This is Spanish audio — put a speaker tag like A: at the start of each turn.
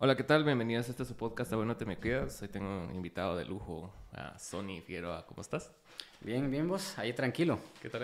A: Hola, ¿qué tal? Bienvenidos a este su podcast, Bueno Te Me Cuidas. Hoy tengo un invitado de lujo, a Sony Figueroa. ¿Cómo estás?
B: Bien, bien vos, ahí tranquilo.
A: ¿Qué tal?